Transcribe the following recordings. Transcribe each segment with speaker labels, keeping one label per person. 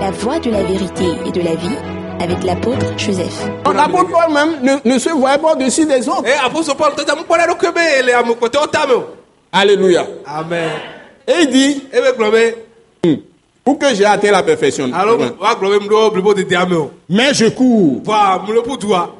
Speaker 1: la voie de la vérité et de la vie avec l'apôtre Joseph.
Speaker 2: L'apôtre Paul même ne, ne se voyait pas au-dessus des autres.
Speaker 3: Eh, apôtre Paul, tata mukwana lokebe ele amukote otame.
Speaker 2: Alléluia.
Speaker 3: Amen.
Speaker 2: Et il dit,
Speaker 3: Eh, Ebe globe,
Speaker 2: pour que j'ai atteint la perfection.
Speaker 3: alo wa globe mdo blibo de diame o.
Speaker 2: Mais je cours.
Speaker 3: Wa mule pour toi.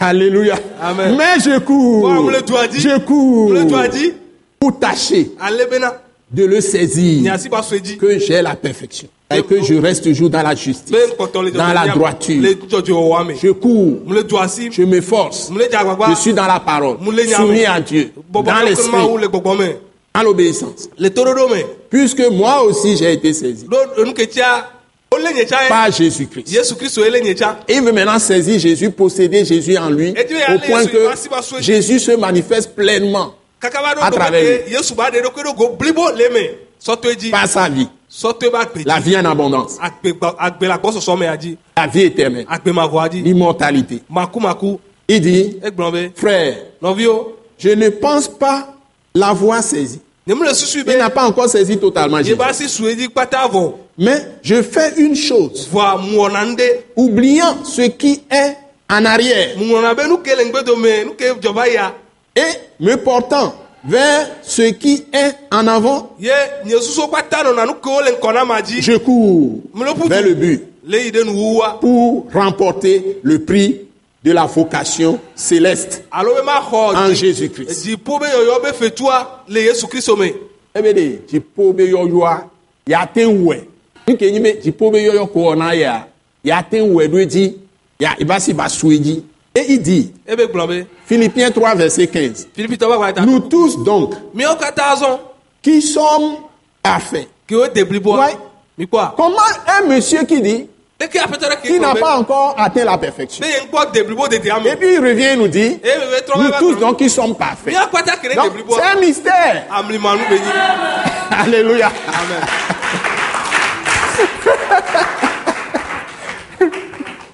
Speaker 2: Alléluia.
Speaker 3: Amen.
Speaker 2: Mais je cours.
Speaker 3: Voilà, vous le doigt dit.
Speaker 2: Je cours.
Speaker 3: Mule toi dit,
Speaker 2: Pour tâcher
Speaker 3: alebena,
Speaker 2: de le saisir.
Speaker 3: nyasi ba swedi.
Speaker 2: Que j'ai la perfection. Et que je reste toujours dans la justice.
Speaker 3: Ben koton le
Speaker 2: Dans la droiture.
Speaker 3: Le jojo wame.
Speaker 2: Je cours.
Speaker 3: Mule doigt si,
Speaker 2: Je m'efforce.
Speaker 3: mule jagwagwa.
Speaker 2: Je suis dans la parole.
Speaker 3: Moulé Niamé.
Speaker 2: Soumis à Dieu.
Speaker 3: Bobo
Speaker 2: Dans l'esprit.
Speaker 3: kokonma ou le gbogbome.
Speaker 2: Dans l'obéissance.
Speaker 3: Le torodo me.
Speaker 2: Puisque moi aussi j'ai été saisi
Speaker 3: Do nuke tia, o le nyecha e.
Speaker 2: par Jésus-Christ.
Speaker 3: Yesu e Kristo ele nyecha.
Speaker 2: Et il veut maintenant saisir Jésus, posséder Jésus en lui,
Speaker 3: Et tu es
Speaker 2: au
Speaker 3: allé,
Speaker 2: point
Speaker 3: Jésus, il va s'y va
Speaker 2: que
Speaker 3: souhaiter.
Speaker 2: Jésus se manifeste pleinement
Speaker 3: Kakaba do
Speaker 2: À travers
Speaker 3: gbogbome, Yesu ba de do kero go blibo le me. Sote di,
Speaker 2: par sa vie.
Speaker 3: sote ba pe.
Speaker 2: La vie en abondance,
Speaker 3: Agbe gba- agbe la gbɔ sɔsɔ mɛ adi
Speaker 2: la vie éternelle,
Speaker 3: agbe ma vɔ adi
Speaker 2: l'immortalité.
Speaker 3: makumaku
Speaker 2: Il dit,
Speaker 3: egblɔ be
Speaker 2: frère,
Speaker 3: nɔviwo
Speaker 2: je ne pense pas l'avoir saisi.
Speaker 3: nyemu le susu
Speaker 2: Il
Speaker 3: be
Speaker 2: n'a pas encore saisi totalement Jésus.
Speaker 3: yeba si su edi kpata vɔ
Speaker 2: Mais je fais une chose,
Speaker 3: vɔa muɔna nu de
Speaker 2: oubliant ce qui est en arrière
Speaker 3: muɔna be nuke le ŋgbedo me nuke dzɔva ya
Speaker 2: et me portant vers ce qui est en avant,
Speaker 3: ye nye susu kpata nɔna nukewo le ŋkɔ na ma dzi
Speaker 2: je cours
Speaker 3: mloƒudu
Speaker 2: vers le but.
Speaker 3: le yi ɖe nuwuwua
Speaker 2: pour remporter le prix de la vocation céleste.
Speaker 3: alo be ma
Speaker 2: En
Speaker 3: xɔ
Speaker 2: Jésus-Christ.
Speaker 3: dziƒo be yɔyɔ be fetua le yesu kristo me E
Speaker 2: Ebe de jipo be yɔyɔa yate wɛ nke nyi be jipo be yɔyɔ ko ɔna yɛa yate wɛ do edzi ya iba si ba su edzi et il dit
Speaker 3: ebe gblɔ be
Speaker 2: Philippiens 3 verset 15
Speaker 3: filipitɔ ba gba ta
Speaker 2: Nous tous donc
Speaker 3: miawo katã zɔn
Speaker 2: qui sommes parfaits.
Speaker 3: ke wo de bliboa
Speaker 2: Ouais.
Speaker 3: mikpɔa
Speaker 2: Comment un monsieur qui dit
Speaker 3: eke aƒetɔ ɖe ke
Speaker 2: qu'il n'a
Speaker 3: gblɔ be
Speaker 2: pas encore atteint la perfection
Speaker 3: ne ye ŋkpɔ deblibo dedea me
Speaker 2: et puis il revient et nous dit
Speaker 3: e me be trɔ
Speaker 2: Nous
Speaker 3: me va
Speaker 2: tous
Speaker 3: trɔ
Speaker 2: donc qui sommes parfaits.
Speaker 3: mía kpata kele
Speaker 2: Donc,
Speaker 3: deblibo
Speaker 2: c'est un mystère.
Speaker 3: amlimanu be nyi
Speaker 2: Alléluia.
Speaker 3: amen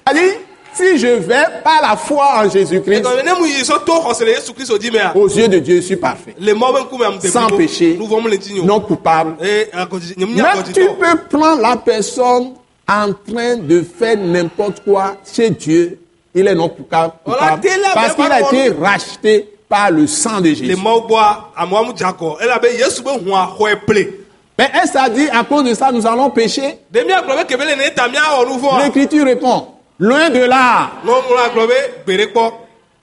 Speaker 2: C'est-à-dire, si je vais par la foi en Jésus-Christ,
Speaker 3: ɛgɔme ne mu yi sɔ to xɔse le yesu kristu di mea
Speaker 2: aux yeux de Dieu, je suis parfait,
Speaker 3: le mɔ be ŋkume amu
Speaker 2: Oh. sans
Speaker 3: deblibo
Speaker 2: péché,
Speaker 3: nu vɔm le ŋti nyo
Speaker 2: non coupable.
Speaker 3: ee agɔdzi nye mu nye
Speaker 2: Même tu
Speaker 3: agɔdzitɔ
Speaker 2: peux prendre la personne en train de faire n'importe quoi chez Dieu, il est non coupable,
Speaker 3: Voilà, t'es là,
Speaker 2: parce
Speaker 3: mais
Speaker 2: qu'il a
Speaker 3: pas
Speaker 2: été racheté par le sang de
Speaker 3: le
Speaker 2: Jésus.
Speaker 3: mɔ gbɔa amewo amu dzakɔ elabe yesu be hũa xɔe ple
Speaker 2: Mais est-ce à dire à cause de ça nous allons pécher
Speaker 3: de mía gblɔ be kebe le ne ta mía wɔ nu vɔ
Speaker 2: L'Écriture répond loin de là,
Speaker 3: nɔmla gblɔ be gbere kpɔ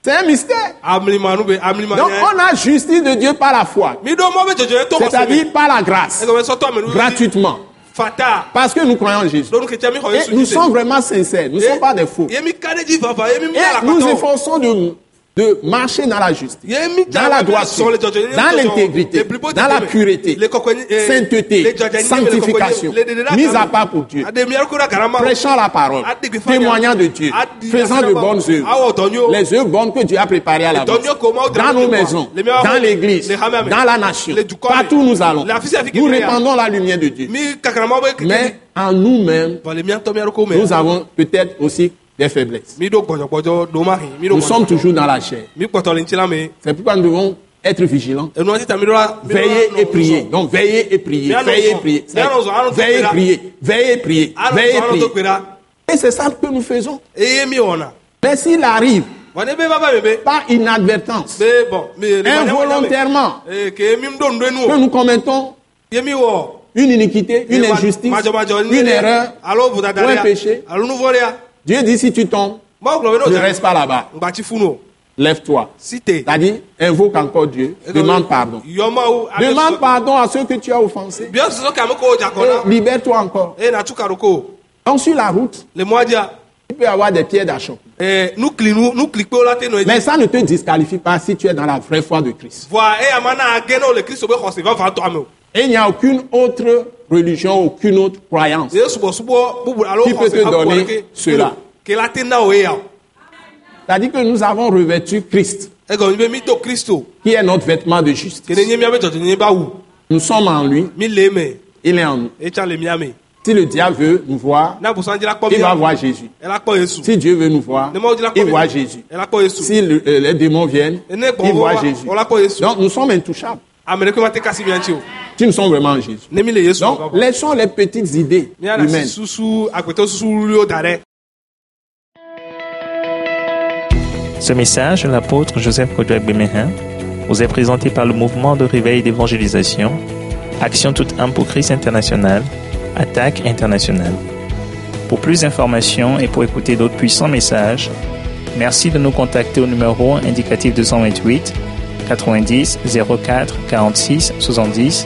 Speaker 2: c'est un mystère.
Speaker 3: amlimanu be
Speaker 2: Donc
Speaker 3: amlimanu
Speaker 2: on a justice de Dieu par la foi,
Speaker 3: mi ɖo mɔ be dzɔdzɔ to xɔse me
Speaker 2: c'est-à-dire par la grâce,
Speaker 3: ɛgɔme sɔ to ame nu
Speaker 2: gratuitement,
Speaker 3: fata
Speaker 2: parce que nous croyons en Jésus.
Speaker 3: ɖo nu ketsɛ mi xɔ
Speaker 2: Et
Speaker 3: yesu
Speaker 2: nous
Speaker 3: di se.
Speaker 2: sommes vraiment sincères, nous ne sommes pas des faux.
Speaker 3: Yemi kadeji vava, yemi mi
Speaker 2: Et
Speaker 3: ala
Speaker 2: nous
Speaker 3: patɔ.
Speaker 2: efforçons de, de marcher dans la justice,
Speaker 3: Yemi
Speaker 2: dans la droiture, dans l'intégrité, dans la pureté, sainteté, sanctification, mise à part pour Dieu, prêchant la parole, témoignant de Dieu, faisant de bonnes œuvres, les œuvres bonnes que Dieu a préparées à la dans nos maisons, dans l'église, dans la nation, partout où nous allons, nous répandons la lumière de Dieu.
Speaker 3: Mi kakarama be keke
Speaker 2: Mais en nous-mêmes,
Speaker 3: Vale mi antɔ mi aroko me.
Speaker 2: nous avons peut-être aussi des faiblesses.
Speaker 3: Mi do gbɔdzɔgbɔdzɔ do ma hin. Mi do
Speaker 2: Nous
Speaker 3: gbɔdzɔ.
Speaker 2: sommes toujours dans la chair.
Speaker 3: Mi kpɔtɔ le ŋtsi la me.
Speaker 2: C'est pourquoi nous devons être vigilants.
Speaker 3: Enua ti ta mi do la. mi do la
Speaker 2: Veillez
Speaker 3: nɔ
Speaker 2: et priez.
Speaker 3: nusɔ.
Speaker 2: Donc veillez et priez.
Speaker 3: Mais
Speaker 2: Veillez et
Speaker 3: allons-en.
Speaker 2: priez.
Speaker 3: Mais allons-en, allons-en,
Speaker 2: Veillez et
Speaker 3: Péra.
Speaker 2: priez. Veillez et priez.
Speaker 3: Alo
Speaker 2: Veillez et
Speaker 3: alo
Speaker 2: priez.
Speaker 3: to kpera.
Speaker 2: Et c'est ça que nous faisons.
Speaker 3: Eye mi wɔna.
Speaker 2: Mais s'il arrive
Speaker 3: Wa ne be baba mi be.
Speaker 2: par inadvertance,
Speaker 3: Be bɔn mi.
Speaker 2: involontairement,
Speaker 3: Ee ke mi do nu do nu
Speaker 2: que
Speaker 3: o.
Speaker 2: nous commettons
Speaker 3: Ye mi wɔ.
Speaker 2: une iniquité, une
Speaker 3: Et ma-
Speaker 2: injustice,
Speaker 3: ma- ma- ma-
Speaker 2: une erreur,
Speaker 3: Alo
Speaker 2: ou
Speaker 3: vodadaria.
Speaker 2: un péché,
Speaker 3: Alo nuvoria.
Speaker 2: Dieu dit si tu tombes,
Speaker 3: Mɔgɔ gblɔ bɛ n'o
Speaker 2: ne
Speaker 3: tɛ.
Speaker 2: reste pas là-bas.
Speaker 3: Ŋgbati funu.
Speaker 2: Lève-toi.
Speaker 3: Si te.
Speaker 2: C'est-à-dire, invoque encore Dieu. Demande pardon.
Speaker 3: Yɔmawu.
Speaker 2: Demande pardon Eh, à ceux que tu as offensés.
Speaker 3: Bien sɔsɔ kɛ a mɛ k'o
Speaker 2: Et
Speaker 3: jakɔla.
Speaker 2: libère-toi encore.
Speaker 3: E na tu karo ko.
Speaker 2: Donc sur la route,
Speaker 3: Le eh, mɔdia.
Speaker 2: tu peux avoir des pierres d'achoppement.
Speaker 3: Ɛɛ nukili nu nukili kpewo la te nɔ ye.
Speaker 2: Mais ça ne te disqualifie pas si tu es dans la vraie foi de Christ.
Speaker 3: Voa e ama na gɛn n'o le kristu bɛ xɔsi va fa tɔ ame o.
Speaker 2: Et il n'y a aucune autre religion, aucune autre croyance.
Speaker 3: E subɔsubɔ bubu alo
Speaker 2: Qui peut te
Speaker 3: xɔsi va
Speaker 2: donner
Speaker 3: bubu aleke.
Speaker 2: cela?
Speaker 3: Ke la te na o ye eh, ya o.
Speaker 2: C'est-à-dire que nous avons revêtu Christ,
Speaker 3: Egɔ mi bɛ mi to kristu.
Speaker 2: qui est notre vêtement de
Speaker 3: Ke ne
Speaker 2: justice.
Speaker 3: nye mia bɛ jɔjɔ nye ba wu.
Speaker 2: Nous sommes en lui,
Speaker 3: Mi le mɛ.
Speaker 2: il est en nous.
Speaker 3: Etsa le mia mɛ.
Speaker 2: Si le diable veut nous voir,
Speaker 3: Na busanjira kpɔ
Speaker 2: il va
Speaker 3: mi.
Speaker 2: voir Jésus.
Speaker 3: Ela kpɔ Yesu.
Speaker 2: Si Dieu veut nous voir,
Speaker 3: Ne m'en dis la
Speaker 2: il
Speaker 3: combien.
Speaker 2: voit Jésus.
Speaker 3: Elle a quoi, Yesu
Speaker 2: Si le- euh, les démons viennent,
Speaker 3: Et ne-
Speaker 2: il voit Jésus.
Speaker 3: On l'a quoi, Yesus
Speaker 2: Donc nous sommes intouchables.
Speaker 3: Amene kuma te kasi bianchi o.
Speaker 2: Tu ne sens vraiment Jésus.
Speaker 3: Nemi le Yesu.
Speaker 2: Donc, laissons les petites idées
Speaker 3: Mia na
Speaker 2: humaines.
Speaker 3: susu agbete susu lio dare.
Speaker 4: Ce message de l'apôtre Joseph Kodouak Bemehin vous est présenté par le mouvement de réveil d'évangélisation, Action toute âme pour Christ international, Attaque internationale. Pour plus d'informations et pour écouter d'autres puissants messages, merci de nous contacter au numéro indicatif 228 90 04 46 70